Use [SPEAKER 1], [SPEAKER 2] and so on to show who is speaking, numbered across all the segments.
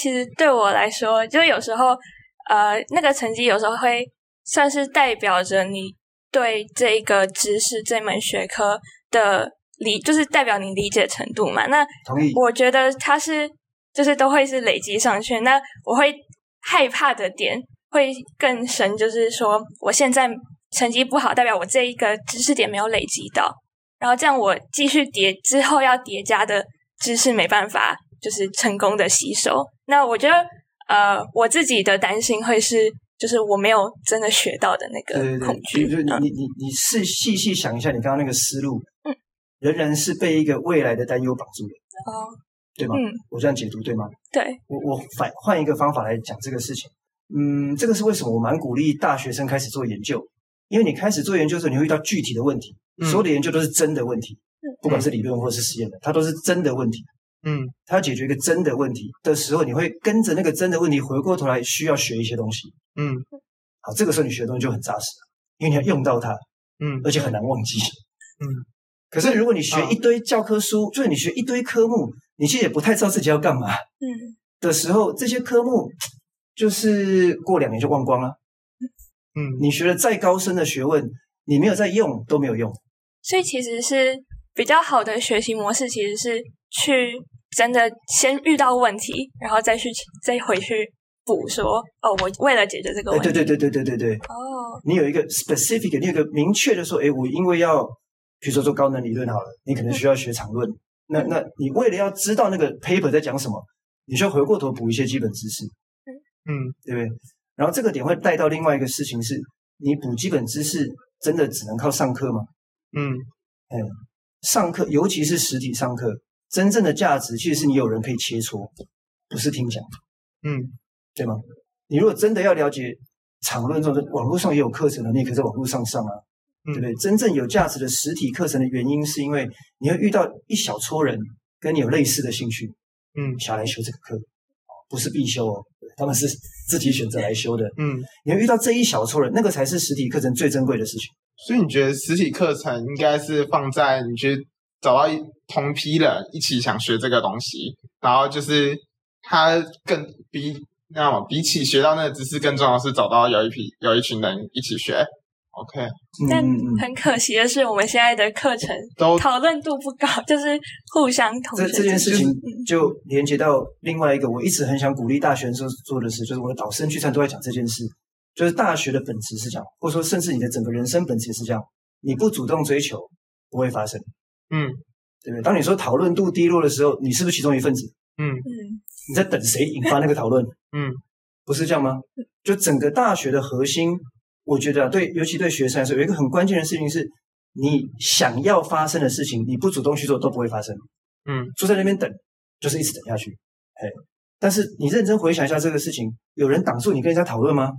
[SPEAKER 1] 其实对我来说，就有时候呃，那个成绩有时候会算是代表着你对这一个知识、这门学科的理，就是代表你理解程度嘛。那
[SPEAKER 2] 同意。
[SPEAKER 1] 我觉得它是就是都会是累积上去。那我会害怕的点会更深，就是说我现在成绩不好，代表我这一个知识点没有累积到，然后这样我继续叠之后要叠加的知识没办法就是成功的吸收。那我觉得呃，我自己的担心会是。就是我没有真的学到的那
[SPEAKER 2] 对对
[SPEAKER 1] 个恐惧，
[SPEAKER 2] 对，就是你
[SPEAKER 1] 嗯
[SPEAKER 2] 你你你是细细想一下，你刚刚那个思路，仍然是被一个未来的担忧绑住的，
[SPEAKER 1] 哦，
[SPEAKER 2] 对吗？
[SPEAKER 1] 嗯
[SPEAKER 2] 我这样解读对吗？
[SPEAKER 1] 对，
[SPEAKER 2] 我我反换一个方法来讲这个事情，嗯，这个是为什么我蛮鼓励大学生开始做研究，因为你开始做研究的时候，你会遇到具体的问题，
[SPEAKER 3] 嗯
[SPEAKER 2] 所有的研究都是真的问题，
[SPEAKER 1] 嗯
[SPEAKER 2] 不管是理论或是实验的，它都是真的问题。
[SPEAKER 3] 嗯
[SPEAKER 2] 它要解决一个真的问题的时候，你会跟着那个真的问题回过头来，需要学一些东西。
[SPEAKER 3] 嗯
[SPEAKER 2] 好，这个时候你学的东西就很扎实，因为你要用到它，
[SPEAKER 3] 嗯
[SPEAKER 2] 而且很难忘记。
[SPEAKER 3] 嗯，
[SPEAKER 2] 可是如果你学一堆教科书，就是你学一堆科目，你其实也不太知道自己要干嘛。
[SPEAKER 1] 嗯，
[SPEAKER 2] 的时候，这些科目就是过两年就忘光了。
[SPEAKER 3] 嗯，
[SPEAKER 2] 你学了再高深的学问，你没有在用都没有用。
[SPEAKER 1] 所以其实是比较好的学习模式，其实是去真的先遇到问题，然后再去再回去补说，哦，我为了解决这个
[SPEAKER 2] 哎，
[SPEAKER 1] 问题，
[SPEAKER 2] 对对对对对对对，
[SPEAKER 1] 哦，
[SPEAKER 2] 你有一个 specific，你有一个明确的说，哎，我因为要，比如说做高能理论好了，你可能需要学场论。那那你为了要知道那个 paper 在讲什么，你需要回过头补一些基本知识，
[SPEAKER 3] 嗯
[SPEAKER 2] 对不对？然后这个点会带到另外一个事情是，你补基本知识真的只能靠上课吗？
[SPEAKER 3] 嗯
[SPEAKER 2] 上课，尤其是实体上课，真正的价值其实是你有人可以切磋，不是听讲，
[SPEAKER 3] 嗯
[SPEAKER 2] 对吗？你如果真的要了解场论这种，网络上也有课程的，你也可以在网络上上啊，
[SPEAKER 3] 嗯
[SPEAKER 2] 对不对？真正有价值的实体课程的原因，是因为你会遇到一小撮人跟你有类似的兴趣，
[SPEAKER 3] 嗯
[SPEAKER 2] 想来修这个课，不是必修哦，他们是自己选择来修的。
[SPEAKER 3] 嗯，
[SPEAKER 2] 你会遇到这一小撮人，那个才是实体课程最珍贵的事情。
[SPEAKER 3] 所以你觉得实体课程应该是放在你去找到一同批人一起想学这个东西，然后就是他更比那什么比起学到那个知识更重要的是找到有一批有一群人一起学。OK，
[SPEAKER 1] 但
[SPEAKER 2] 嗯嗯嗯，
[SPEAKER 1] 很可惜的是，我们现在的课程
[SPEAKER 3] 都
[SPEAKER 1] 讨论度不高，就是互相同
[SPEAKER 2] 这
[SPEAKER 1] 学
[SPEAKER 2] 这件
[SPEAKER 1] 之
[SPEAKER 2] 事
[SPEAKER 1] 间
[SPEAKER 2] 情
[SPEAKER 1] 嗯
[SPEAKER 2] 就连接到另外一个我一直很想鼓励大学生做的事，就是我的导生聚餐都在讲这件事，就是大学的本质是这样，或者说甚至你的整个人生本质是这样，你不主动追求不会发生，
[SPEAKER 3] 嗯
[SPEAKER 2] 对不对？当你说讨论度低落的时候，你是不是其中一份子？
[SPEAKER 3] 嗯
[SPEAKER 1] 嗯
[SPEAKER 2] 你在等谁引发那个讨论？
[SPEAKER 3] 嗯
[SPEAKER 2] 不是这样吗？就整个大学的核心，我觉得、啊、对，尤其对学生来说，有一个很关键的事情是，你想要发生的事情，你不主动去做都不会发生。
[SPEAKER 3] 嗯，
[SPEAKER 2] 坐在那边等，就是一直等下去。哎，但是你认真回想一下这个事情，有人挡住你跟人家讨论吗？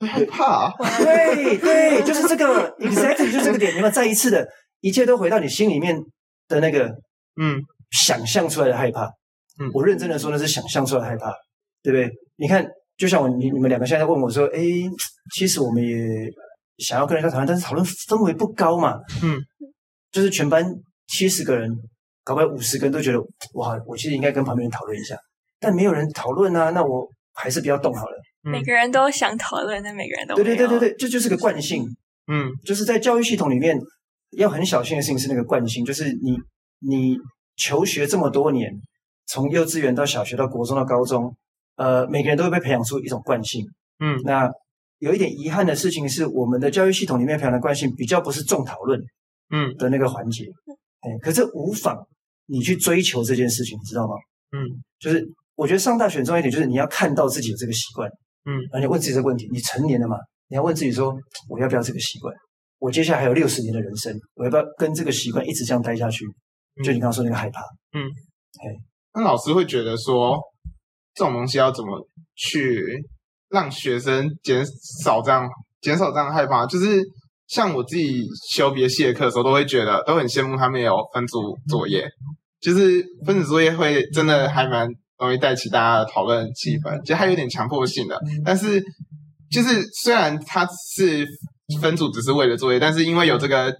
[SPEAKER 3] 害怕。 啊
[SPEAKER 2] 对对，就是这个 ，exactly 就是这个点。你有没有再一次的，一切都回到你心里面的那个
[SPEAKER 3] 嗯
[SPEAKER 2] 想象出来的害怕。
[SPEAKER 3] 嗯
[SPEAKER 2] 我认真的说，那是想象出来的害怕，对不对？你看，就像我你你们两个现在在问我说，哎，其实我们也想要跟人家讨论，但是讨论氛围不高嘛。
[SPEAKER 3] 嗯，
[SPEAKER 2] 就是全班七十个人，搞不好五十个人都觉得，哇，我其实应该跟旁边人讨论一下，但没有人讨论啊，那我还是不要动好了。
[SPEAKER 3] 嗯
[SPEAKER 1] 每个人都想讨论，但每个人都
[SPEAKER 2] 对对对
[SPEAKER 1] 没有
[SPEAKER 2] 对对，这就是个惯性。
[SPEAKER 3] 嗯
[SPEAKER 2] 就是在教育系统里面要很小心的事情是那个惯性，就是你你求学这么多年，从幼稚园到小学到国中到高中，呃，每个人都会被培养出一种惯性。
[SPEAKER 3] 嗯
[SPEAKER 2] 那有一点遗憾的事情是，我们的教育系统里面培养的惯性比较不是重讨论
[SPEAKER 3] 嗯
[SPEAKER 2] 的那个环节，哎，可这无妨你去追求这件事情，你知道吗？
[SPEAKER 3] 嗯
[SPEAKER 2] 就是我觉得上大学很重要一点就是你要看到自己有这个习惯，
[SPEAKER 3] 嗯，
[SPEAKER 2] 然后你问自己这个问题，你成年了嘛？你要问自己说，我要不要这个习惯？我接下来还有六十年的人生，我要不要跟这个习惯一直这样待下去？就你刚刚说那个害怕，
[SPEAKER 3] 那老师会觉得说，这种东西要怎么去让学生减少这样减少这样的害怕？就是像我自己修别系的课的时候，都会觉得都很羡慕他们有分组作业，就是分组作业会真的还蛮容易带起大家的讨论气氛，其实它有点强迫性的。
[SPEAKER 2] 嗯
[SPEAKER 3] 但是就是虽然它是分组只是为了作业，但是因为有这个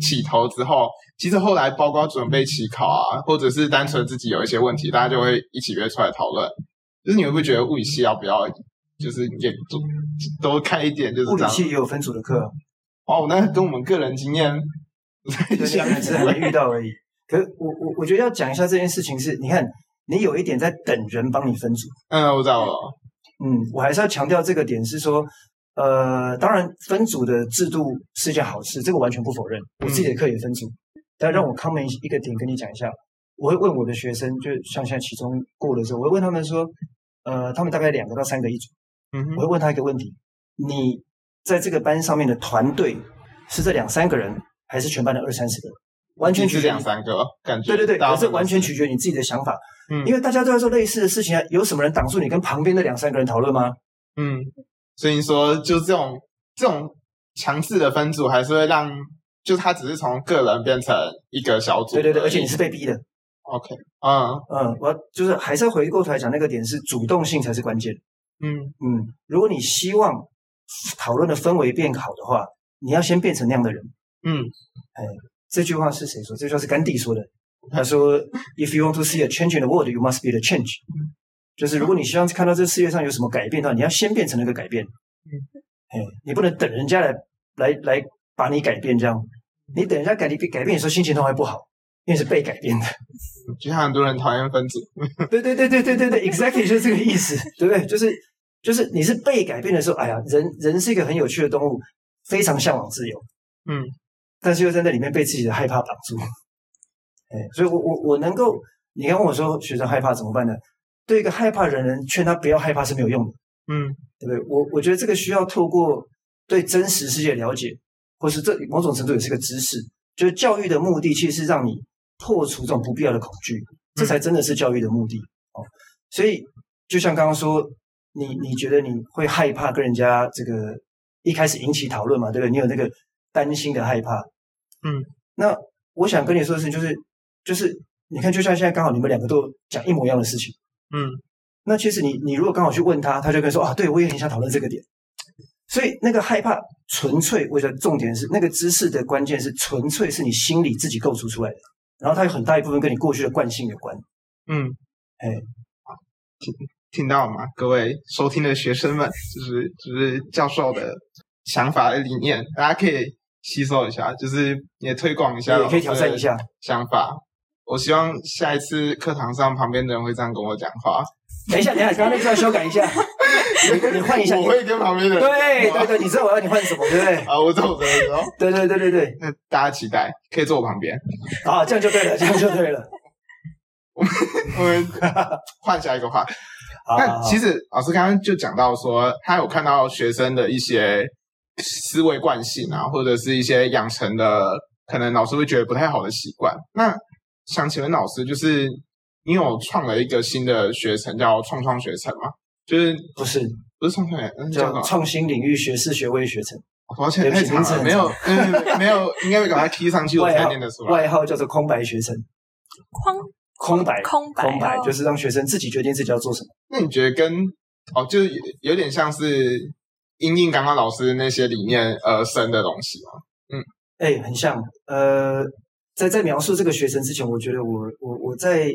[SPEAKER 3] 起头之后，其实后来包括准备期考啊，或者是单纯自己有一些问题，大家就会一起约出来讨论。就是你会不会觉得物理系要不要，就是也多多开一点，就是
[SPEAKER 2] 物
[SPEAKER 3] 这
[SPEAKER 2] 理
[SPEAKER 3] 样。
[SPEAKER 2] 系也有分组的课，
[SPEAKER 3] 哦，那跟我们个人经验 不太
[SPEAKER 2] 对，
[SPEAKER 3] 相
[SPEAKER 2] 只是还
[SPEAKER 3] 符。
[SPEAKER 2] 没遇到而已。可是我我我觉得要讲一下这件事情是，你看你有一点在等人帮你分组，
[SPEAKER 3] 嗯，我知道了。
[SPEAKER 2] 嗯，我还是要强调这个点是说，呃，当然分组的制度是一件好事，这个完全不否认。我
[SPEAKER 3] 嗯
[SPEAKER 2] 自己的课也分组，但让我 comment 一个点跟你讲一下，我会问我的学生，就像现在期中过的时候，我会问他们说，呃，他们大概两个到三个一组，
[SPEAKER 3] 嗯
[SPEAKER 2] 我会
[SPEAKER 3] 哼，
[SPEAKER 2] 问他一个问题：你在这个班上面的团队是这两三个人，还是全班的二三十个人？完全
[SPEAKER 3] 一次
[SPEAKER 2] 取决
[SPEAKER 3] 两
[SPEAKER 2] 你
[SPEAKER 3] 三个，感觉
[SPEAKER 2] 对对对，
[SPEAKER 3] 大
[SPEAKER 2] 可
[SPEAKER 3] 部
[SPEAKER 2] 是
[SPEAKER 3] 分都
[SPEAKER 2] 完全取决你自己的想法，
[SPEAKER 3] 嗯
[SPEAKER 2] 因为大家都在做类似的事情啊，有什么人挡住你跟旁边的两三个人讨论吗？
[SPEAKER 3] 嗯，所以说就这种这种强制的分组，还是会让就他只是从个人变成一个小组
[SPEAKER 2] 对
[SPEAKER 3] 已。
[SPEAKER 2] 对对，而且你是被逼的。
[SPEAKER 3] OK，嗯
[SPEAKER 2] 嗯，我要就是还是要回过头来讲那个点是主动性才是关键。
[SPEAKER 3] 嗯
[SPEAKER 2] 嗯，如果你希望讨论的氛围变好的话，你要先变成那样的人。
[SPEAKER 3] 嗯，
[SPEAKER 2] 这句话是谁说？这句话是甘地说的。他说：“If you want to see a change in the world, you must be the change。”就是如果你希望看到这世界上有什么改变的话，你要先变成那个改变。哎，你不能等人家来来来把你改变这样。你等人家改你改变的时候，心情通常会不好，因为是被改变的。
[SPEAKER 3] 就像很多人讨厌分组，
[SPEAKER 2] 对对对对对对对，exactly 就是这个意思，对不对？就是就是你是被改变的时候，哎呀，人人是一个很有趣的动物，非常向往自由，
[SPEAKER 3] 嗯，
[SPEAKER 2] 但是又在那里面被自己的害怕绑住，哎，所以我我我能够，你刚问我说学生害怕怎么办呢？对一个害怕的人，劝他不要害怕是没有用的，
[SPEAKER 3] 嗯
[SPEAKER 2] 对不对？我我觉得这个需要透过对真实世界的了解，或是这某种程度也是个知识，就是教育的目的其实是让你破除这种不必要的恐惧，这才真的是教育的目的哦。所以就像刚刚说，你你觉得你会害怕跟人家这个一开始引起讨论嘛，对不对？你有那个担心的害怕，
[SPEAKER 3] 嗯。
[SPEAKER 2] 那我想跟你说的是，就是就是你看，就像现在刚好你们两个都讲一模一样的事情，
[SPEAKER 3] 嗯，
[SPEAKER 2] 那其实你你如果刚好去问他，他就跟你说啊，对我也很想讨论这个点。所以那个害怕纯粹，我觉得重点是那个知识的关键是纯粹是你心里自己构筑出来的，然后它有很大一部分跟你过去的惯性有关。
[SPEAKER 3] 嗯，
[SPEAKER 2] 哎，
[SPEAKER 3] 听到吗？各位收听的学生们，就是就是教授的想法理念，大家可以吸收一下，就是也推广一下，
[SPEAKER 2] 也可以挑战一下。
[SPEAKER 3] 想法。我希望下一次课堂上旁边的人会这样跟我讲话，
[SPEAKER 2] 等一下，等一下，刚刚那个要修改一 下，你你换一下，你
[SPEAKER 3] 我会跟旁边的人
[SPEAKER 2] 对对对，你知道我要你换什么，对不对？
[SPEAKER 3] 啊，我走我走我走，
[SPEAKER 2] 对对对对对，
[SPEAKER 3] 那大家期待，可以坐我旁边，
[SPEAKER 2] 好，这样就对了，这样就对了。
[SPEAKER 3] 我们换下一个话。
[SPEAKER 2] 好，好
[SPEAKER 3] 那
[SPEAKER 2] 好
[SPEAKER 3] 其实老师刚刚就讲到说，他有看到学生的一些思维惯性啊，或者是一些养成的可能老师会觉得不太好的习惯。那想请问老师，就是你有创了一个新的学程叫创创学程吗？就是
[SPEAKER 2] 不是
[SPEAKER 3] 不是创创学程，嗯叫什
[SPEAKER 2] 叫
[SPEAKER 3] 么？
[SPEAKER 2] 创新领域学士学位学程，
[SPEAKER 3] 抱歉，
[SPEAKER 2] 对不
[SPEAKER 3] 太
[SPEAKER 2] 起
[SPEAKER 3] 长了，没有，嗯，没有，应该会把它 key 上去，我
[SPEAKER 2] 外
[SPEAKER 3] 才
[SPEAKER 2] 号
[SPEAKER 3] 念得出来。
[SPEAKER 2] 外号叫做空白学程，
[SPEAKER 1] 框
[SPEAKER 2] 空白
[SPEAKER 1] 空白
[SPEAKER 2] 空白
[SPEAKER 1] 哦
[SPEAKER 2] 就是让学生自己决定自己要做什么。
[SPEAKER 3] 那你觉得跟哦，就是有有点像是英英刚刚老师那些理念而生的东西吗？
[SPEAKER 2] 哎，很像。呃，在在描述这个学生之前，我觉得我我我在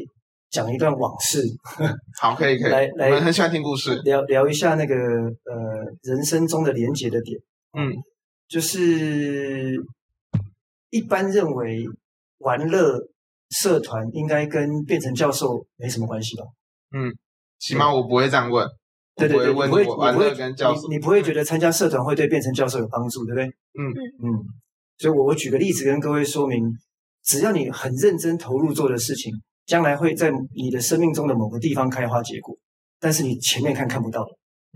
[SPEAKER 2] 讲一段往事，
[SPEAKER 3] 好，可以可以，
[SPEAKER 2] 来来
[SPEAKER 3] 我们很喜欢听故事。
[SPEAKER 2] 聊聊一下那个呃人生中的连结的点。
[SPEAKER 3] 嗯，
[SPEAKER 2] 就是一般认为玩乐社团应该跟变成教授没什么关系吧？
[SPEAKER 3] 起码我不会这样问，我
[SPEAKER 2] 对
[SPEAKER 3] 不
[SPEAKER 2] 对对，
[SPEAKER 3] 会问
[SPEAKER 2] 你不会
[SPEAKER 3] 我
[SPEAKER 2] 你
[SPEAKER 3] 玩
[SPEAKER 2] 不会
[SPEAKER 3] 乐跟教授
[SPEAKER 2] 你，你不会觉得参加社团会对变成教授有帮助，对不对？
[SPEAKER 3] 嗯
[SPEAKER 2] 嗯，所以我我举个例子跟各位说明，只要你很认真投入做的事情，将来会在你的生命中的某个地方开花结果，但是你前面看看不到的。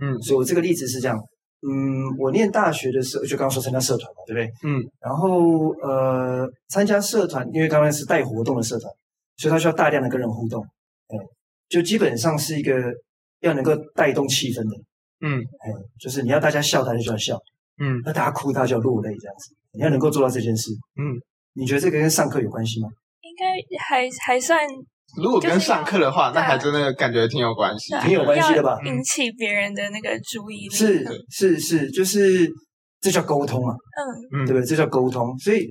[SPEAKER 3] 嗯
[SPEAKER 2] 所以我这个例子是这样，嗯，我念大学的时候就刚刚说参加社团嘛，对不对？
[SPEAKER 3] 嗯
[SPEAKER 2] 然后呃，参加社团，因为刚刚是带活动的社团，所以他需要大量的跟人互动，嗯，就基本上是一个要能够带动气氛的，
[SPEAKER 3] 嗯
[SPEAKER 2] 嗯，就是你要大家笑，大家就要笑；
[SPEAKER 3] 嗯，
[SPEAKER 2] 要大家哭，大家就要落泪，这样子，你要能够做到这件事，
[SPEAKER 3] 嗯，
[SPEAKER 2] 你觉得这个跟上课有关系吗？
[SPEAKER 1] 应该还还算
[SPEAKER 3] 如果跟上课的
[SPEAKER 1] 就
[SPEAKER 3] 话，
[SPEAKER 1] 是
[SPEAKER 3] 那
[SPEAKER 1] 要
[SPEAKER 3] 还真的感觉挺有关系，
[SPEAKER 1] 啊对啊
[SPEAKER 2] 挺有关系的吧
[SPEAKER 1] 要引起别人的那个注意力。
[SPEAKER 2] 是
[SPEAKER 1] 嗯，
[SPEAKER 2] 是是，就是这叫沟通嘛，
[SPEAKER 3] 嗯
[SPEAKER 2] 对不对？这叫沟通。所以，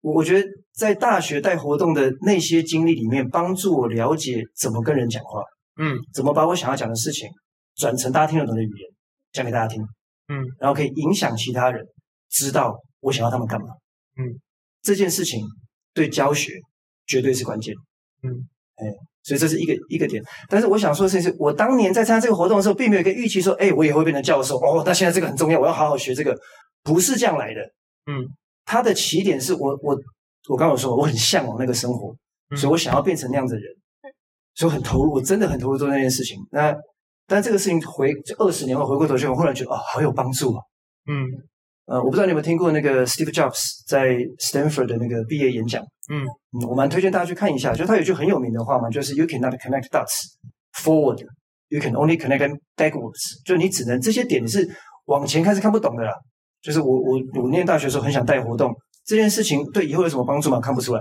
[SPEAKER 2] 我我觉得在大学带活动的那些经历里面，帮助我了解怎么跟人讲话，
[SPEAKER 3] 嗯
[SPEAKER 2] 怎么把我想要讲的事情转成大家听得懂的语言，讲给大家听，
[SPEAKER 3] 嗯，
[SPEAKER 2] 然后可以影响其他人知道我想要他们干嘛，
[SPEAKER 3] 嗯，
[SPEAKER 2] 这件事情对教学绝对是关键，
[SPEAKER 3] 嗯，
[SPEAKER 2] 哎，所以这是一个一个点。但是我想说的事情是，我当年在参加这个活动的时候，并没有一个预期说，哎，我也会变成教授哦，那现在这个很重要，我要好好学这个，不是这样来的，
[SPEAKER 3] 嗯，
[SPEAKER 2] 他的起点是我我我刚刚有说我很向往那个生活，
[SPEAKER 3] 嗯
[SPEAKER 2] 所以我想要变成那样子的人，所以我很投入，我真的很投入做那件事情。那但这个事情回这二十年后回过头去，我忽然觉得哦，好有帮助啊！
[SPEAKER 3] 嗯
[SPEAKER 2] 呃，我不知道你有没有听过那个 Steve Jobs 在 Stanford 的那个毕业演讲，
[SPEAKER 3] 嗯
[SPEAKER 2] 嗯，我蛮推荐大家去看一下。就他有句很有名的话嘛，就是 “You cannot connect dots forward, you can only connect them backwards。”就你只能这些点你是往前看是看不懂的啦。就是我我我念大学的时候很想带活动，这件事情对以后有什么帮助吗？看不出来。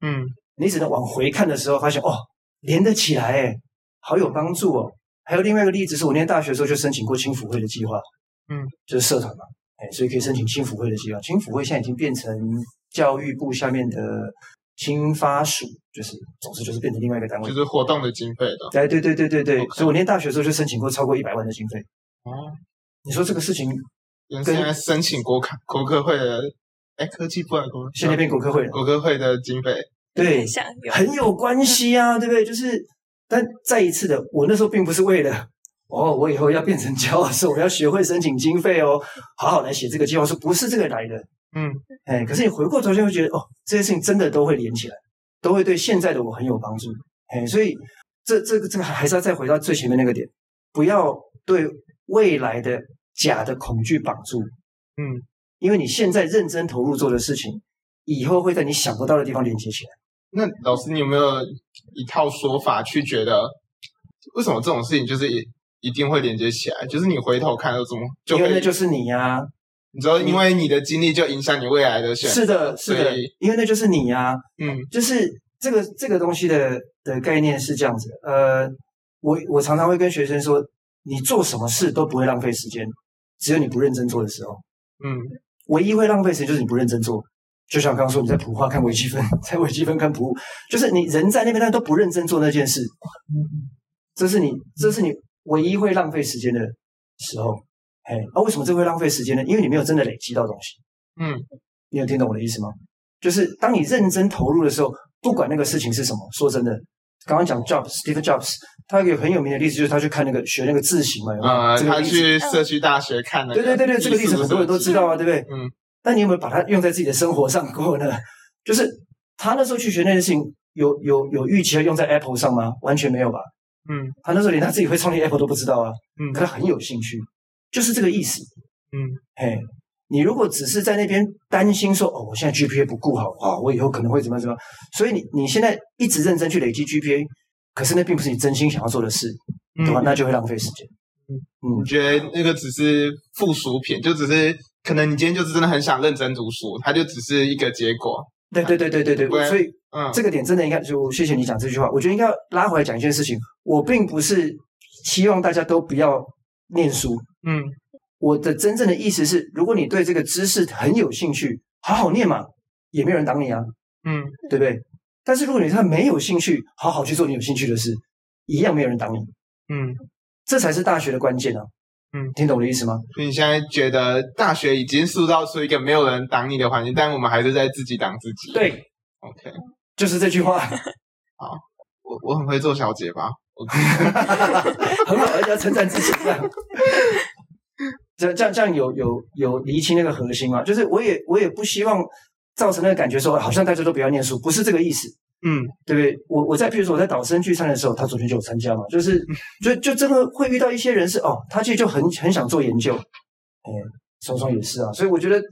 [SPEAKER 3] 嗯
[SPEAKER 2] 你只能往回看的时候，发现哦，连得起来哎，好有帮助哦。还有另外一个例子是我念大学的时候就申请过青辅会的计划，
[SPEAKER 3] 嗯，
[SPEAKER 2] 就是社团嘛，哎，所以可以申请青辅会的计划。青辅会现在已经变成教育部下面的青发署，就是总之就是变成另外一个单位
[SPEAKER 3] 就。是活动的经费的。
[SPEAKER 2] 哎，对对对对对
[SPEAKER 3] OK
[SPEAKER 2] 所以我念大学的时候就申请过超过一百万的经费。
[SPEAKER 3] 哦，
[SPEAKER 2] 你说这个事情
[SPEAKER 3] 原
[SPEAKER 2] 跟
[SPEAKER 3] 现在申请国科国科会的，哎，科技部还是国科
[SPEAKER 2] 现在变国科会了，
[SPEAKER 3] 国科会的经费，
[SPEAKER 2] 对
[SPEAKER 1] 很，想有
[SPEAKER 2] 很有关系啊，对不对？就是，但再一次的，我那时候并不是为了哦，我以后要变成教授，我要学会申请经费哦，好好来写这个计划书，不是这个来的。
[SPEAKER 3] 嗯
[SPEAKER 2] 哎，可是你回过头就会觉得，哦，这些事情真的都会连起来，都会对现在的我很有帮助。哎，所以这这个这个还是要再回到最前面那个点，不要对未来的假的恐惧绑住，
[SPEAKER 3] 嗯
[SPEAKER 2] 因为你现在认真投入做的事情，以后会在你想不到的地方连接起来。
[SPEAKER 3] 那老师，你有没有一套说法去觉得，为什么这种事情就是一一定会连接起来？就是你回头看到怎么就
[SPEAKER 2] 因为
[SPEAKER 3] 会
[SPEAKER 2] 那，就是你啊呀、
[SPEAKER 3] 你知道，因为你的经历就影响你未来的选择。
[SPEAKER 2] 是的，是的
[SPEAKER 3] 所以，
[SPEAKER 2] 因为那就是你呀、
[SPEAKER 3] 嗯
[SPEAKER 2] 就是这个这个东西的的概念是这样子。呃，我我常常会跟学生说，你做什么事都不会浪费时间，只有你不认真做的时候，
[SPEAKER 3] 嗯
[SPEAKER 2] 唯一会浪费时间就是你不认真做。就像刚刚说，你在普化看微积分， 在微积分看普物，就是你人在那边，但都不认真做那件事，这是你这是你唯一会浪费时间的时候。哎，啊，为什么这会浪费时间呢？因为你没有真的累积到东西。
[SPEAKER 3] 嗯
[SPEAKER 2] 你有听懂我的意思吗？就是当你认真投入的时候，不管那个事情是什么，说真的，刚刚讲 Jobs Steve Jobs，他有一个很有名的例子，就是他去看那个学那个字形嘛，有没有？
[SPEAKER 3] 呃，
[SPEAKER 2] 这个
[SPEAKER 3] 他
[SPEAKER 2] 例子，
[SPEAKER 3] 去社区大学看了，
[SPEAKER 2] 对对对对，这个例子很多人都知道啊，对不对？
[SPEAKER 3] 嗯。
[SPEAKER 2] 但你有没有把它用在自己的生活上过呢？就是他那时候去学那件事情，有有有预期要用在 Apple 上吗？完全没有吧。
[SPEAKER 3] 嗯
[SPEAKER 2] 他那时候连他自己会创立 Apple 都不知道啊，
[SPEAKER 3] 嗯
[SPEAKER 2] 可他很有兴趣，就是这个意思。
[SPEAKER 3] 嗯，
[SPEAKER 2] 嘿，你如果只是在那边担心说，哦，我现在 GPA 不顾好啊，我以后可能会怎么样怎么样，所以你你现在一直认真去累积 GPA，可是那并不是你真心想要做的事，对吧？
[SPEAKER 3] 嗯，
[SPEAKER 2] 那就会浪费时间。嗯
[SPEAKER 3] 你觉得那个只是附属品，就只是可能你今天就是真的很想认真读书，它就只是一个结果。
[SPEAKER 2] 对对对对对
[SPEAKER 3] 对
[SPEAKER 2] 对，所以
[SPEAKER 3] 嗯，
[SPEAKER 2] 这个点真的应该就谢谢你讲这句话，我觉得应该要拉回来讲一件事情，我并不是希望大家都不要念书，
[SPEAKER 3] 嗯
[SPEAKER 2] 我的真正的意思是，如果你对这个知识很有兴趣，好好念嘛，也没有人挡你啊，
[SPEAKER 3] 嗯
[SPEAKER 2] 对不对？但是如果你对它没有兴趣，好好去做你有兴趣的事，一样没有人挡你，
[SPEAKER 3] 嗯，
[SPEAKER 2] 这才是大学的关键啊！
[SPEAKER 3] 嗯
[SPEAKER 2] 听懂我的意思吗？
[SPEAKER 3] 所以你现在觉得大学已经塑造出一个没有人挡你的环境，但我们还是在自己挡自己。
[SPEAKER 2] 对，
[SPEAKER 3] ，OK，
[SPEAKER 2] 就是这句话，
[SPEAKER 3] 我我很会做小姐吧？我
[SPEAKER 2] 很好，而且要称赞自己这样。这这样这样有有有厘清那个核心嘛？就是我也我也不希望造成那个感觉说好像大家都不要念书，不是这个意思。
[SPEAKER 3] 嗯
[SPEAKER 2] 对不对？我我在比如说我在导生聚餐的时候，他昨天就有参加嘛，就是就就真的会遇到一些人是哦，他其实就很很想做研究，哎，双双也是啊，所以我觉得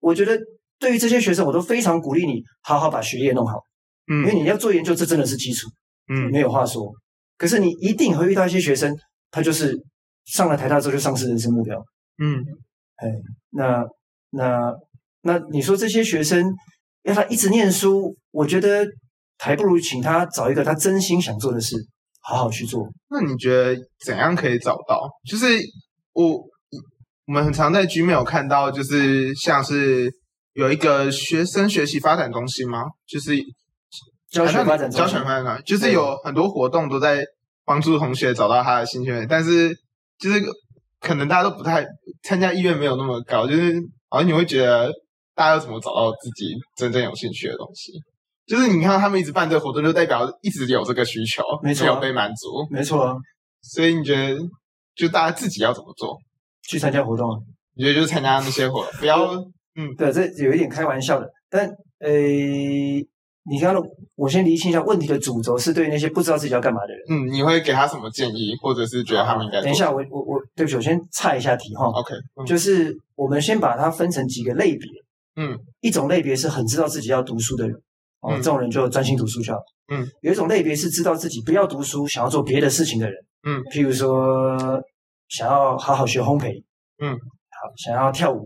[SPEAKER 2] 我觉得对于这些学生，我都非常鼓励你好好把学业弄好，因为
[SPEAKER 3] 嗯
[SPEAKER 2] 你要做研究，这真的是基础，
[SPEAKER 3] 嗯
[SPEAKER 2] 没有话说。可是你一定会遇到一些学生，他就是上了台大之后就丧失人生目标，
[SPEAKER 3] 嗯
[SPEAKER 2] 那那那你说这些学生要他一直念书，我觉得还不如请他找一个他真心想做的事，好好去做。
[SPEAKER 3] 那你觉得怎样可以找到？就是我我们很常在 Gmail 看到，就是像是有一个学生学习发展中心吗？就是啊
[SPEAKER 2] 教学发展中心
[SPEAKER 3] 教学发展中心，就是有很多活动都在帮助同学找到他的兴趣点，但是就是可能大家都不太参加意愿没有那么高，就是好像你会觉得大家要怎么找到自己真正有兴趣的东西。就是你看他们一直办这个活动，就代表一直有这个需求，
[SPEAKER 2] 没错啊
[SPEAKER 3] 有被满足。
[SPEAKER 2] 没错啊，
[SPEAKER 3] 所以你觉得，就大家自己要怎么做？
[SPEAKER 2] 去参加活动啊。
[SPEAKER 3] 你觉得就是参加那些活动，不要
[SPEAKER 2] 对，啊这有一点开玩笑的，但呃，你刚刚我先厘清一下问题的主轴是对那些不知道自己要干嘛的人。
[SPEAKER 3] 嗯，你会给他什么建议，或者是觉啊得他们应该做
[SPEAKER 2] 等一下，我我我，对不起，我先岔一下题哈。
[SPEAKER 3] ？OK，嗯
[SPEAKER 2] 就是我们先把它分成几个类别，
[SPEAKER 3] 嗯，
[SPEAKER 2] 一种类别是很知道自己要读书的人，哦，
[SPEAKER 3] 嗯
[SPEAKER 2] 这种人就专心读书就好。
[SPEAKER 3] 嗯，
[SPEAKER 2] 有一种类别是知道自己不要读书，想要做别的事情的人，
[SPEAKER 3] 嗯，
[SPEAKER 2] 譬如说想要好好学烘焙，
[SPEAKER 3] 嗯，
[SPEAKER 2] 好想要跳舞，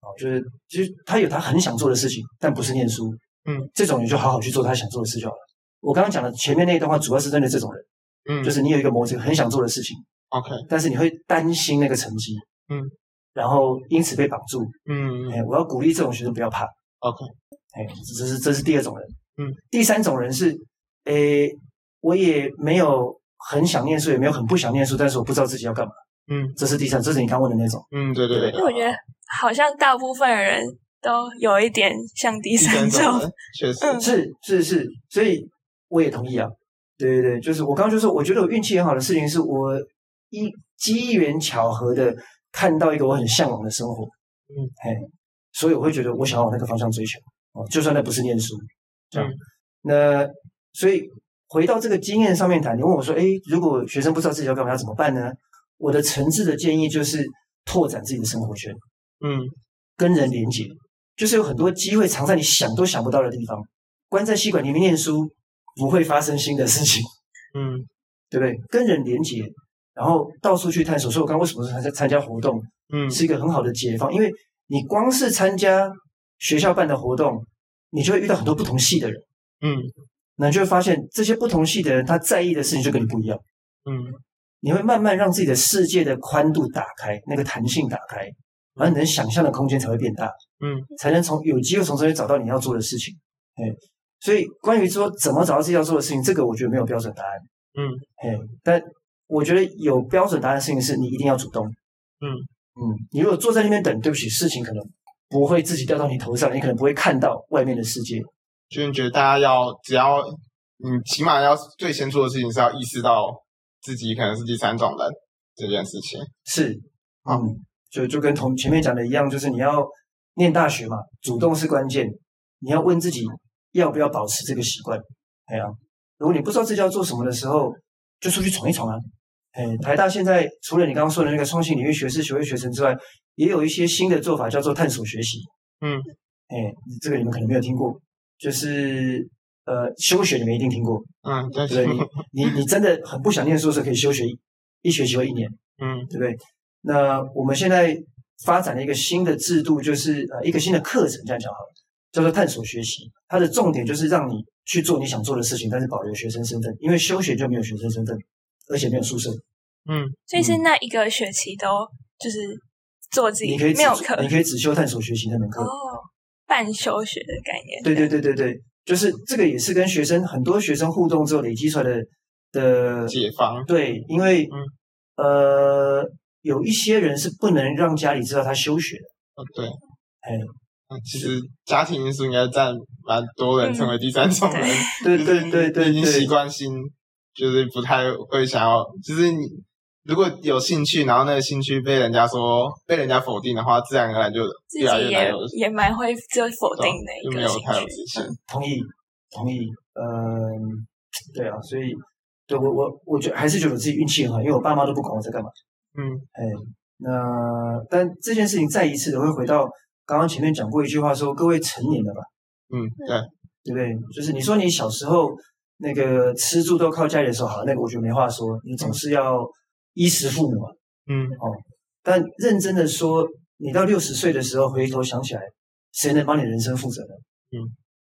[SPEAKER 2] 哦，就是就是他有他很想做的事情，但不是念书，
[SPEAKER 3] 嗯，
[SPEAKER 2] 这种人就好好去做他想做的事就好了。我刚刚讲的前面那一段话，主要是针对这种人，
[SPEAKER 3] 嗯，
[SPEAKER 2] 就是你有一个某种很想做的事情，
[SPEAKER 3] OK，
[SPEAKER 2] 但是你会担心那个成绩，
[SPEAKER 3] 嗯，
[SPEAKER 2] 然后因此被绑住。
[SPEAKER 3] 嗯
[SPEAKER 2] 哎，我要鼓励这种学生不要怕。
[SPEAKER 3] ，OK，
[SPEAKER 2] 哎，这是这是第二种人。
[SPEAKER 3] 嗯，
[SPEAKER 2] 第三种人是，哎，我也没有很想念书，也没有很不想念书，但是我不知道自己要干嘛。
[SPEAKER 3] 嗯，
[SPEAKER 2] 这是第三，这是你刚问的那种。
[SPEAKER 3] 嗯，对对对
[SPEAKER 1] 因为我觉得好像大部分人都有一点像第
[SPEAKER 3] 第
[SPEAKER 1] 三
[SPEAKER 3] 三
[SPEAKER 1] 种，
[SPEAKER 3] 的确实，
[SPEAKER 1] 嗯
[SPEAKER 2] 是是是，所以我也同意啊。对对对，就是我刚刚就说，我觉得我运气很好的事情是我一机缘巧合的看到一个我很向往的生活，
[SPEAKER 3] 嗯，
[SPEAKER 2] 哎，所以我会觉得我想往那个方向追求哦，就算那不是念书，这样。
[SPEAKER 3] 嗯
[SPEAKER 2] 那所以回到这个经验上面谈，你问我说，哎，如果学生不知道自己要干嘛要怎么办呢？我的诚挚的建议就是拓展自己的生活圈，
[SPEAKER 3] 嗯
[SPEAKER 2] 跟人连接，就是有很多机会藏在你想都想不到的地方。关在吸管里面念书，不会发生新的事情，
[SPEAKER 3] 嗯
[SPEAKER 2] 对不对？跟人连接，然后到处去探索。所以我刚刚为什么说参加参加活动
[SPEAKER 3] 嗯
[SPEAKER 2] 是一个很好的解放？因为你光是参加学校办的活动，你就会遇到很多不同系的人，
[SPEAKER 3] 嗯
[SPEAKER 2] 那你就会发现这些不同系的人他在意的事情就跟你不一样。
[SPEAKER 3] 嗯
[SPEAKER 2] 你会慢慢让自己的世界的宽度打开，那个弹性打开，然后你能想象的空间才会变大。
[SPEAKER 3] 嗯
[SPEAKER 2] 才能从有机会从中间找到你要做的事情。哎，所以关于说怎么找到自己要做的事情，这个我觉得没有标准答案。
[SPEAKER 3] 嗯，
[SPEAKER 2] 哎，但我觉得有标准答案的事情是你一定要主动。
[SPEAKER 3] 嗯
[SPEAKER 2] 嗯，你如果坐在那边等，对不起，事情可能不会自己掉到你头上，你可能不会看到外面的世界。
[SPEAKER 3] 就是觉得大家要只要你起码要最先做的事情是要意识到自己可能是第三种人这件事情。
[SPEAKER 2] 是，
[SPEAKER 3] 好
[SPEAKER 2] 嗯，就就跟同前面讲的一样，就是你要念大学嘛，主动是关键，你要问自己要不要保持这个习惯。哎呀、如果你不知道自己要做什么的时候，就出去闯一闯啊。哎，台大现在除了你刚刚说的那个创新领域学士学位学程之外，也有一些新的做法叫做探索学习。
[SPEAKER 3] 嗯，
[SPEAKER 2] 哎，这个你们可能没有听过，就是呃休学你们一定听过，
[SPEAKER 3] 嗯，但是
[SPEAKER 2] 对不对？你你你真的很不想念书的时候，可以休学一一学期或一年。
[SPEAKER 3] 嗯
[SPEAKER 2] 对不对？那我们现在发展了一个新的制度，就是呃一个新的课程，这样讲好了，叫做探索学习。它的重点就是让你去做你想做的事情，但是保留学生身份，因为休学就没有学生身份，而且没有宿舍，
[SPEAKER 3] 嗯
[SPEAKER 1] 所以是那一个学期都就是做自己
[SPEAKER 2] 你可以只
[SPEAKER 1] 没有课
[SPEAKER 2] 你可以只修探索学习那门课。
[SPEAKER 1] 哦，半休学的概念。
[SPEAKER 2] 对对对对对，就是这个也是跟学生很多学生互动之后累积出来的的
[SPEAKER 3] 解放，
[SPEAKER 2] 对，因为、
[SPEAKER 1] 嗯
[SPEAKER 2] 呃有一些人是不能让家里知道他休学的。
[SPEAKER 3] 呃对，
[SPEAKER 2] 哎
[SPEAKER 3] 嗯，其实家庭因素应该占蛮多
[SPEAKER 1] 嗯
[SPEAKER 3] 人成为第三种人，
[SPEAKER 2] 对
[SPEAKER 3] 就是
[SPEAKER 2] 对对对
[SPEAKER 3] 你已经
[SPEAKER 2] 对
[SPEAKER 3] 习惯性就是不太会想要，就是你如果有兴趣，然后那个兴趣被人家说被人家否定的话，自然而然就
[SPEAKER 1] 自
[SPEAKER 2] 啊
[SPEAKER 3] 越来
[SPEAKER 1] 己
[SPEAKER 3] 越难
[SPEAKER 1] 也
[SPEAKER 3] 有
[SPEAKER 1] 也蛮会就
[SPEAKER 2] 嗯
[SPEAKER 1] 否定的一
[SPEAKER 3] 就没
[SPEAKER 1] 个
[SPEAKER 3] 有
[SPEAKER 1] 兴
[SPEAKER 3] 太有
[SPEAKER 1] 趣，
[SPEAKER 3] 自信。
[SPEAKER 2] 同意，同意，嗯，对啊，所以对我我我觉得还是觉得我自己运气很好，因为我爸妈都不管我在干嘛，
[SPEAKER 3] 嗯
[SPEAKER 2] 哎，那但这件事情再一次的会回到刚刚前面讲过一句话说，各位成年了吧，
[SPEAKER 3] 嗯，
[SPEAKER 2] 对
[SPEAKER 3] 对，
[SPEAKER 2] 不对？就是你说你小时候那个吃住都靠家里的时候，好，那个我觉得没话说，你总是要衣食父母嘛，
[SPEAKER 3] 嗯
[SPEAKER 2] 但认真的说，你到六十岁的时候回头想起来，谁能帮你人生负责呢？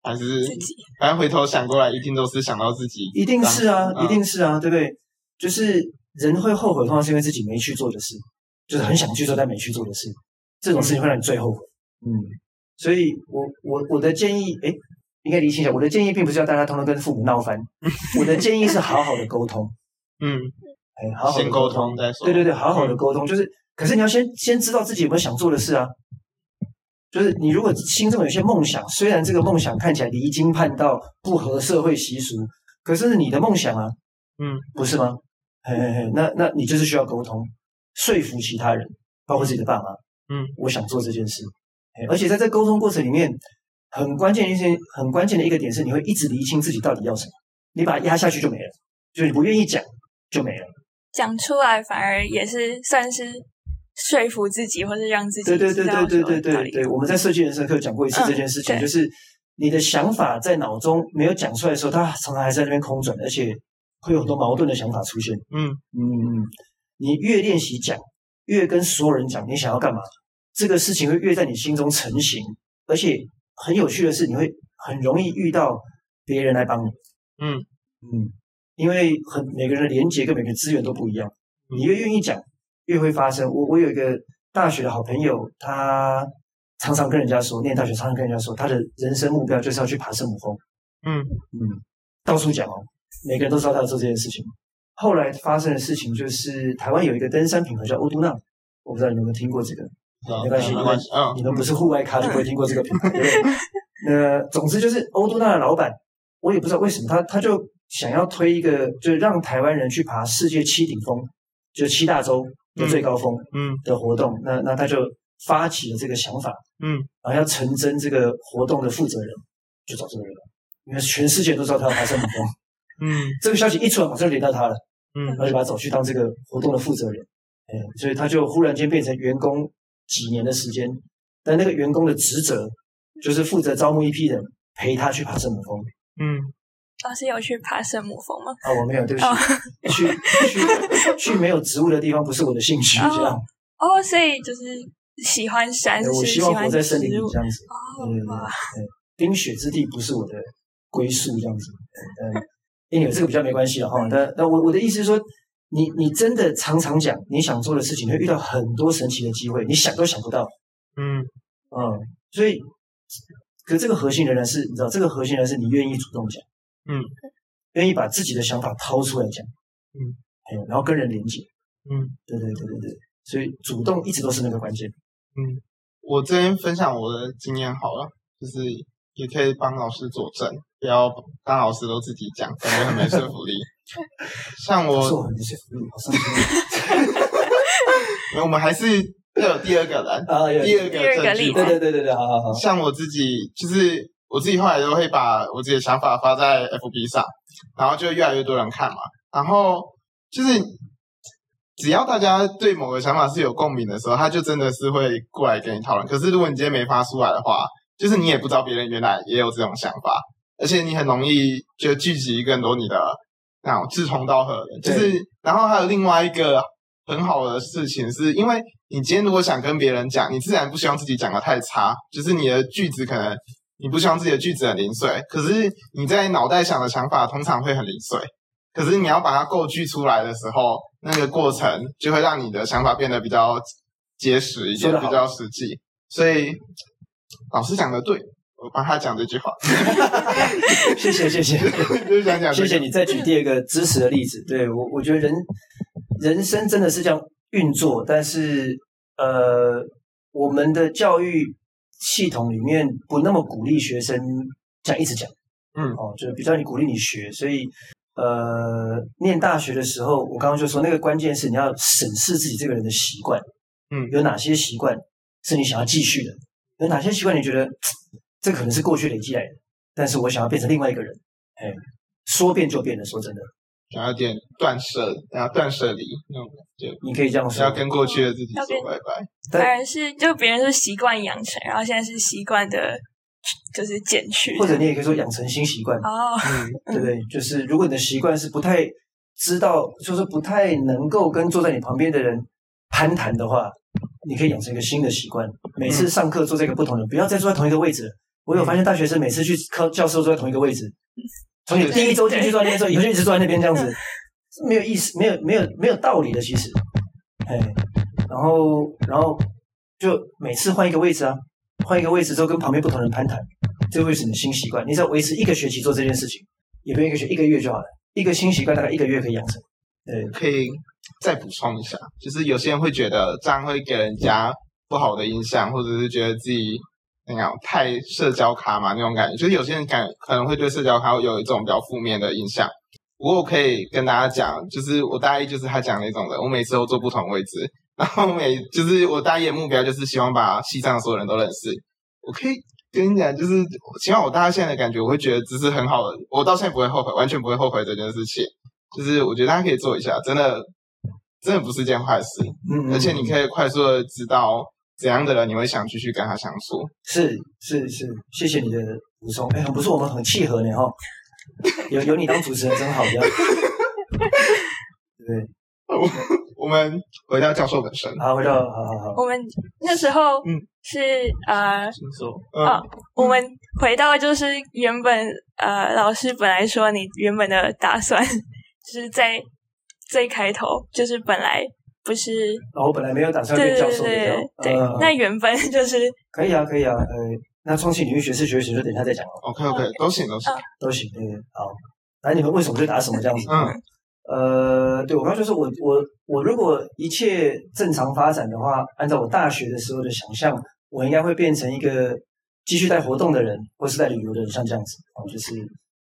[SPEAKER 3] 还是
[SPEAKER 1] 自己
[SPEAKER 3] 反正回头想过来，一定都是想到自己，
[SPEAKER 2] 一定是啊，
[SPEAKER 3] 嗯
[SPEAKER 2] 一定是啊，对不对？就是人会后悔，通常是因为自己没去做的事，就是很想去做但没去做的事，这种事情会让你最后悔。嗯，所以我我我的建议，哎， 应该理清一下，我的建议并不是要大家通通跟父母闹翻，我的建议是好好的沟通，
[SPEAKER 3] 嗯，
[SPEAKER 2] 哎，好好地
[SPEAKER 3] 先沟通再说。
[SPEAKER 2] 对对对，好好的沟通，就是，可是你要先先知道自己有没有想做的事啊。就是你如果心中有些梦想，虽然这个梦想看起来离经叛道、不合社会习俗，可是你的梦想啊，
[SPEAKER 3] 嗯，
[SPEAKER 2] 不是吗？嘿嘿嘿，那那你就是需要沟通，说服其他人，包括自己的爸妈，
[SPEAKER 3] 嗯，
[SPEAKER 2] 我想做这件事。嘿而且在这沟通过程里面，很关键一些很关键的一个点是，你会一直厘清自己到底要什么，你把它压下去就没了，就是你不愿意讲就没了。
[SPEAKER 1] 讲出来反而也是算是说服自己，或是让自己
[SPEAKER 2] 对对对
[SPEAKER 1] 知道
[SPEAKER 2] 对对对
[SPEAKER 1] 说到底
[SPEAKER 2] 对对，我们在设计人生课讲过一次这件事情，
[SPEAKER 1] 嗯对
[SPEAKER 2] 就是你的想法在脑中没有讲出来的时候，它常常还在那边空转，而且会有很多矛盾的想法出现。
[SPEAKER 3] 嗯
[SPEAKER 2] 嗯，你越练习讲，越跟所有人讲你想要干嘛，这个事情会越在你心中成型，而且很有趣的是，你会很容易遇到别人来帮你。
[SPEAKER 3] 嗯
[SPEAKER 2] 嗯，因为很每个人的连接跟每个人资源都不一样，你越愿意讲，越会发生。我我有一个大学的好朋友，他常常跟人家说，念大学常常跟人家说，他的人生目标就是要去爬圣母峰。
[SPEAKER 3] 嗯
[SPEAKER 2] 嗯，到处讲哦，每个人都知道他在做这件事情。后来发生的事情就是，台湾有一个登山品牌叫欧都娜，我不知道你有没有听过这个，
[SPEAKER 3] 好
[SPEAKER 2] 没关系
[SPEAKER 3] 没关系，嗯
[SPEAKER 2] 你们不是户外咖就不会听过这个品牌，对不对？ 那总之就是欧都娜的老板，我也不知道为什么他他就想要推一个，就是让台湾人去爬世界七顶峰，就是七大洲的最高峰
[SPEAKER 3] 嗯
[SPEAKER 2] 的活动。那那他就发起了这个想法，
[SPEAKER 3] 嗯
[SPEAKER 2] 然后要成真这个活动的负责人，就找这个人了，因为全世界都知道他要爬圣母峰。
[SPEAKER 3] 嗯
[SPEAKER 2] 这个消息一出来，马上就连到他了，
[SPEAKER 3] 嗯
[SPEAKER 2] 然后就把他找去当这个活动的负责人，哎，所以他就忽然间变成员工几年的时间，但那个员工的职责就是负责招募一批人陪他去爬圣母峰
[SPEAKER 3] 嗯
[SPEAKER 1] 老哦师有去爬圣母峰吗？
[SPEAKER 2] 啊，我没有，对不起，
[SPEAKER 1] 哦
[SPEAKER 2] 去去去没有植物的地方不是我的兴趣，
[SPEAKER 1] 哦
[SPEAKER 2] 这样，
[SPEAKER 1] 哦，所以就是喜欢山，
[SPEAKER 2] 哎
[SPEAKER 1] 是
[SPEAKER 2] 我希
[SPEAKER 1] 喜
[SPEAKER 2] 望
[SPEAKER 1] 欢
[SPEAKER 2] 活在森林里
[SPEAKER 1] 植物
[SPEAKER 2] 这样子，对对对，
[SPEAKER 1] 哦，哇
[SPEAKER 2] 对冰雪之地不是我的归宿这样子，嗯，因为这个比较没关系了哈。但但我我的意思是说，你你真的常常讲你想做的事情，你会遇到很多神奇的机会，你想都想不到，
[SPEAKER 3] 嗯
[SPEAKER 2] 嗯，所以，可这个核心仍然是你知道，这个核心仍然是你愿意主动讲，
[SPEAKER 3] 嗯，
[SPEAKER 2] 愿意把自己的想法掏出来讲，
[SPEAKER 3] 嗯，
[SPEAKER 2] 还有然后跟人连接，
[SPEAKER 3] 嗯
[SPEAKER 2] 对对对对对，所以主动一直都是那个关键，
[SPEAKER 3] 嗯，我这边分享我的经验好了，就是也可以帮老师佐证，不要当老师都自己讲，感觉很没说 服力。像我
[SPEAKER 2] 是我很幸福，嗯好伤 心。
[SPEAKER 3] 我们还是要有第二个人，
[SPEAKER 2] 啊有
[SPEAKER 3] 第二个
[SPEAKER 1] 第二个
[SPEAKER 3] 证
[SPEAKER 1] 例子
[SPEAKER 3] 据吧
[SPEAKER 2] 对。对对对对，好好好，
[SPEAKER 3] 像我自己，就是我自己后来都会把我自己的想法发在 FB 上，然后就越来越多人看嘛。然后就是只要大家对某个想法是有共鸣的时候，他就真的是会过来跟你讨论。可是如果你今天没发出来的话，就是你也不知道别人原来也有这种想法，而且你很容易就聚集更多你的那种志同道合的人。就是，然后还有另外一个很好的事情是，因为你今天如果想跟别人讲，你自然不希望自己讲的太差，就是你的句子可能你不希望自己的句子很零碎，可是你在脑袋想的想法通常会很零碎，可是你要把它构句出来的时候，那个过程就会让你的想法变得比较结实一
[SPEAKER 2] 说
[SPEAKER 3] 点，
[SPEAKER 2] 得好
[SPEAKER 3] 比较实际。所以老师讲的对，我帮他讲这句话，
[SPEAKER 2] 谢谢谢谢。
[SPEAKER 3] 就是想讲、这
[SPEAKER 2] 谢谢
[SPEAKER 3] 个
[SPEAKER 2] 你再举第二个支持的例子。 对我，我觉得人人生真的是这样运作，但是呃，我们的教育系统里面不那么鼓励学生这样一直讲，
[SPEAKER 3] 嗯
[SPEAKER 2] 哦，就是比较你鼓励你学，所以呃，念大学的时候，我刚刚就说那个关键是你要审视自己这个人的习惯，
[SPEAKER 3] 嗯
[SPEAKER 2] 有哪些习惯是你想要继续的，有哪些习惯你觉得这可能是过去累积来的，但是我想要变成另外一个人，哎，说变就变的，说真的，
[SPEAKER 3] 想要点断舍，然后断舍离那种感
[SPEAKER 2] 你可以这样
[SPEAKER 3] 觉，要
[SPEAKER 2] 说，
[SPEAKER 3] 跟过去的自己
[SPEAKER 1] 要
[SPEAKER 3] 说
[SPEAKER 1] 跟
[SPEAKER 3] 拜拜。
[SPEAKER 2] 但
[SPEAKER 1] 反而是就别人是习惯养成，然后现在是习惯的，就是减去
[SPEAKER 2] 或者你也可以说养成新习惯，
[SPEAKER 1] 哦，
[SPEAKER 3] 嗯
[SPEAKER 2] 对不对？就是如果你的习惯是不太知道，就是不太能够跟坐在你旁边的人攀谈的话，你可以养成一个新的习惯，每次上课坐在一个不同的，不要再坐在同一个位置了。我有发现大学生每次去教教授坐在同一个位置，从你第一周进去坐在那边的时候，以后就一直坐在那边这样子，是没有意思，没有没有没有道理的，其实，哎，然后然后就每次换一个位置啊，换一个位置之后跟旁边不同人攀谈，这会是你的新习惯。你只要维持一个学期做这件事情，也不用一个学一个月就好了，一个新习惯大概一个月可以养成。对，
[SPEAKER 3] 可以再补充一下，就是有些人会觉得这样会给人家不好的印象，或者是觉得自己那样太社交咖嘛那种感觉，就是有些人感可能会对社交咖有一种比较负面的印象。不过我可以跟大家讲，就是我大一就是他讲那种的，我每次都坐不同位置，然后每就是我大一的目标就是希望把西藏所有人都认识。我可以跟你讲，就是起码我大家现在的感觉，我会觉得这是很好的，我到现在不会后悔，完全不会后悔这件事情。就是我觉得大家可以做一下，真的真的不是件坏事，
[SPEAKER 2] 嗯
[SPEAKER 3] 而且你可以快速的知道怎样的人你会想继续跟他相处。
[SPEAKER 2] 是是是，谢谢你的补充，哎，很不错，我们很契合呢哈、有有你当主持人真好，这样对，
[SPEAKER 3] 我们回到教授本身，
[SPEAKER 2] 好，回到好好好，
[SPEAKER 1] 我们那时候
[SPEAKER 3] 嗯
[SPEAKER 1] 是、呃，
[SPEAKER 4] 听说
[SPEAKER 3] 嗯，
[SPEAKER 1] 哦我们回到就是原本呃，老师本来说你原本的打算， 就是在最开头，就是本来不是
[SPEAKER 2] 然后哦我本来没有打算
[SPEAKER 1] 对
[SPEAKER 2] 变
[SPEAKER 1] 对
[SPEAKER 2] 教
[SPEAKER 1] 对
[SPEAKER 2] 授的，这样
[SPEAKER 1] 对对，
[SPEAKER 2] 嗯
[SPEAKER 1] 那原本就是
[SPEAKER 2] 可以啊，可以啊，呃，那创新领域学士学习就等一下再讲哦，
[SPEAKER 3] OK OK 都行都行，
[SPEAKER 2] 都行，对，好，来你们问什么就答什么这样子，
[SPEAKER 1] 哦
[SPEAKER 3] 嗯
[SPEAKER 2] 呃，对我刚刚就说我我我如果一切正常发展的话，按照我大学的时候的想象，我应该会变成一个继续带活动的人，或是带旅游的人，像这样子哦，就是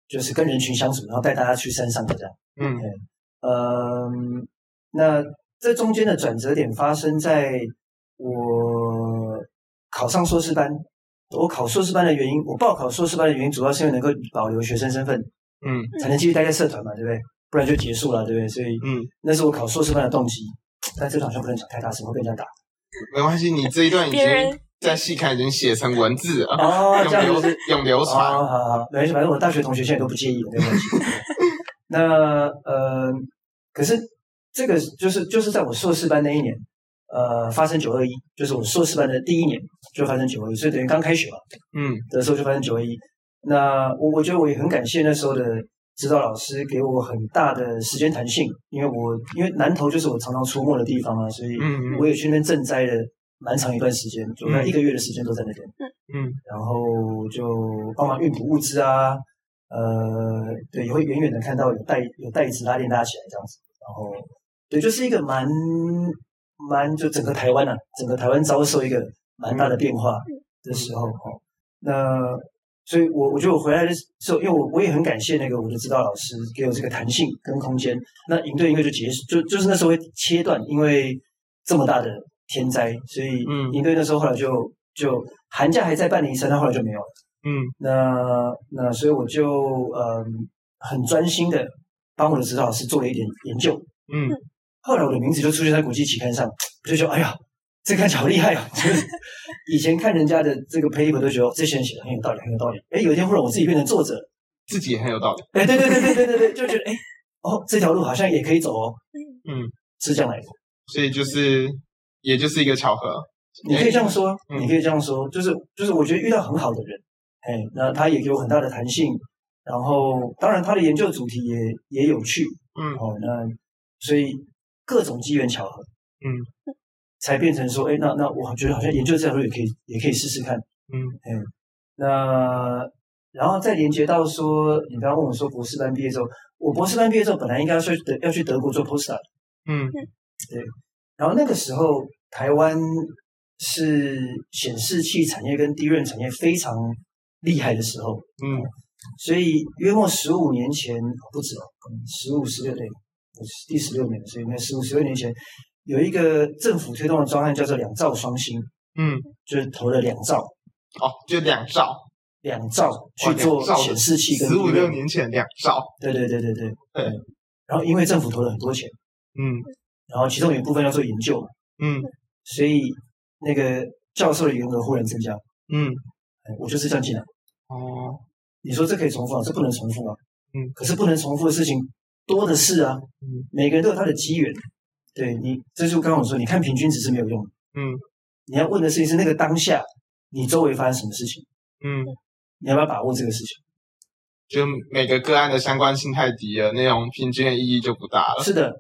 [SPEAKER 2] 就是跟人群相处，然后带大家去山上的这样。
[SPEAKER 3] 嗯
[SPEAKER 2] 嗯，那这中间的转折点发生在我考上硕士班。我考硕士班的原因，我报考硕士班的原因，主要是因为能够保留学生身份，
[SPEAKER 3] 嗯
[SPEAKER 2] 才能继续待在社团嘛，对不对？不然就结束了，对不对？所以
[SPEAKER 3] 嗯，
[SPEAKER 2] 那是我考硕士班的动机，但这个好像不能讲太大声，会被人家打。
[SPEAKER 3] 没关系，你这一段已
[SPEAKER 1] 别人
[SPEAKER 3] 经在细看已经写成文 字了，
[SPEAKER 2] 哦， 这
[SPEAKER 3] 永
[SPEAKER 2] 样子
[SPEAKER 3] 流
[SPEAKER 2] 是。
[SPEAKER 3] 永流
[SPEAKER 2] 哦，
[SPEAKER 3] 传。
[SPEAKER 2] 好好好，没关系，反正我大学同学现在都不介意，没关系。那呃，可是这个就是就是在我硕士班那一年，呃，发生九二一，就是我硕士班的第一年就发生九二一，所以等于刚开学嘛
[SPEAKER 3] 嗯
[SPEAKER 2] 的时候就发生九二一。那我我觉得我也很感谢那时候的指导老师给我很大的时间弹性，因为我因为南投就是我常常出没的地方啊，所以
[SPEAKER 3] 嗯
[SPEAKER 2] 我
[SPEAKER 3] 嗯
[SPEAKER 2] 也去那边赈灾了蛮长一段时间，就那一个月的时间都在那边，
[SPEAKER 3] 嗯
[SPEAKER 2] 然后就帮忙运补物资啊，呃，对，也会远远的看到有带有带子拉链拉起来这样子，然后对，就是一个蛮蛮就整个台湾啊，整个台湾遭受一个蛮大的变化的时候哦，那。所以我，我觉得我回来的时候，因为我我也很感谢那个我的指导老师给我这个弹性跟空间，那营队因为就结束，就就是那时候会切断，因为这么大的天灾，所以
[SPEAKER 3] 嗯
[SPEAKER 2] 营队那时候后来就就寒假还在办林森，但后来就没有了。
[SPEAKER 3] 嗯
[SPEAKER 2] 那那所以我就嗯很专心的帮我的指导老师做了一点研究，
[SPEAKER 3] 嗯
[SPEAKER 2] 后来我的名字就出现在国际期刊上，我就觉得哎呀，这看起来好厉害哦！ 就是以前看人家的这个 paper 都觉得哦这些人写的很有道理，很有道理。哎，有一天忽然我自己变成作者了，
[SPEAKER 3] 自己也很有道理。
[SPEAKER 2] 哎，对对对对对对对， 就觉得哎哦这条路好像也可以走哦，
[SPEAKER 3] 嗯，
[SPEAKER 2] 是这样来的。
[SPEAKER 3] 所以就是也就是一个巧合。
[SPEAKER 2] 你可以这样说，
[SPEAKER 3] 嗯
[SPEAKER 2] 你可以这样说，就是就是，我觉得遇到很好的人，哎，那他也给我很大的弹性，然后当然他的研究主题也也有趣，
[SPEAKER 3] 嗯
[SPEAKER 2] 哦，那所以各种机缘巧合，
[SPEAKER 3] 嗯，
[SPEAKER 2] 才变成说，哎，那那我觉得好像研究这条路也可以也可以试试看，
[SPEAKER 3] 嗯
[SPEAKER 2] 那然后再连接到说，你刚刚问我说博士班毕业之后，我博士班毕业之后本来应该要去德要去德国做 postdoc，
[SPEAKER 3] 嗯
[SPEAKER 2] 然后那个时候，台湾是显示器产业跟低润产业非常厉害的时候，
[SPEAKER 3] 嗯
[SPEAKER 2] 所以约莫十五年前不止哦，十五十六对，第十六年，所以应该十五十六年前有一个政府推动的专案叫做“两兆双星
[SPEAKER 3] 嗯，”，
[SPEAKER 2] 就是投了两兆
[SPEAKER 3] 哦，就两兆，
[SPEAKER 2] 两兆去做显示器跟
[SPEAKER 3] 十五
[SPEAKER 2] 低润
[SPEAKER 3] 六年前两兆。
[SPEAKER 2] 对对对对对嗯
[SPEAKER 3] 对。
[SPEAKER 2] 然后因为政府投了很多钱，
[SPEAKER 3] 嗯
[SPEAKER 2] 然后其中有一部分要做研究嘛，
[SPEAKER 3] 嗯
[SPEAKER 2] 所以那个教授的员额忽然增加，
[SPEAKER 3] 嗯，
[SPEAKER 2] 哎我就是这样进来。
[SPEAKER 3] 哦，
[SPEAKER 2] 你说这可以重复啊？这不能重复啊。
[SPEAKER 3] 嗯，
[SPEAKER 2] 可是不能重复的事情多的是啊。
[SPEAKER 3] 嗯
[SPEAKER 2] 每个人都有他的机缘。对你，这就刚刚我说，你看平均值是没有用的。
[SPEAKER 3] 嗯
[SPEAKER 2] 你要问的事情是那个当下，你周围发生什么事情，
[SPEAKER 3] 嗯，
[SPEAKER 2] 你要不要把握这个事情？
[SPEAKER 3] 就每个个案的相关性太低了，那种平均的意义就不大了。
[SPEAKER 2] 是的，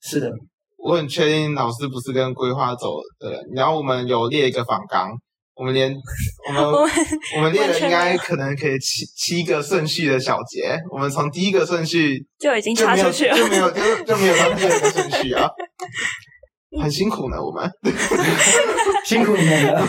[SPEAKER 2] 是的，
[SPEAKER 3] 我很确定老师不是跟规划走的人，然后我们有列一个访纲，我们 连我
[SPEAKER 2] 哦
[SPEAKER 3] 们
[SPEAKER 1] 我们
[SPEAKER 3] 我们列
[SPEAKER 1] 完
[SPEAKER 3] 了
[SPEAKER 1] 全
[SPEAKER 3] 应
[SPEAKER 1] 没
[SPEAKER 3] 该
[SPEAKER 1] 有
[SPEAKER 3] 可能可以七七个顺序的小节，我们从第一个顺序
[SPEAKER 1] 就已经
[SPEAKER 3] 就
[SPEAKER 1] 插
[SPEAKER 3] 没有
[SPEAKER 1] 出去了。
[SPEAKER 3] 就没有就就没有到第二个顺序 啊，很辛苦呢，我们。
[SPEAKER 2] 辛苦你们了。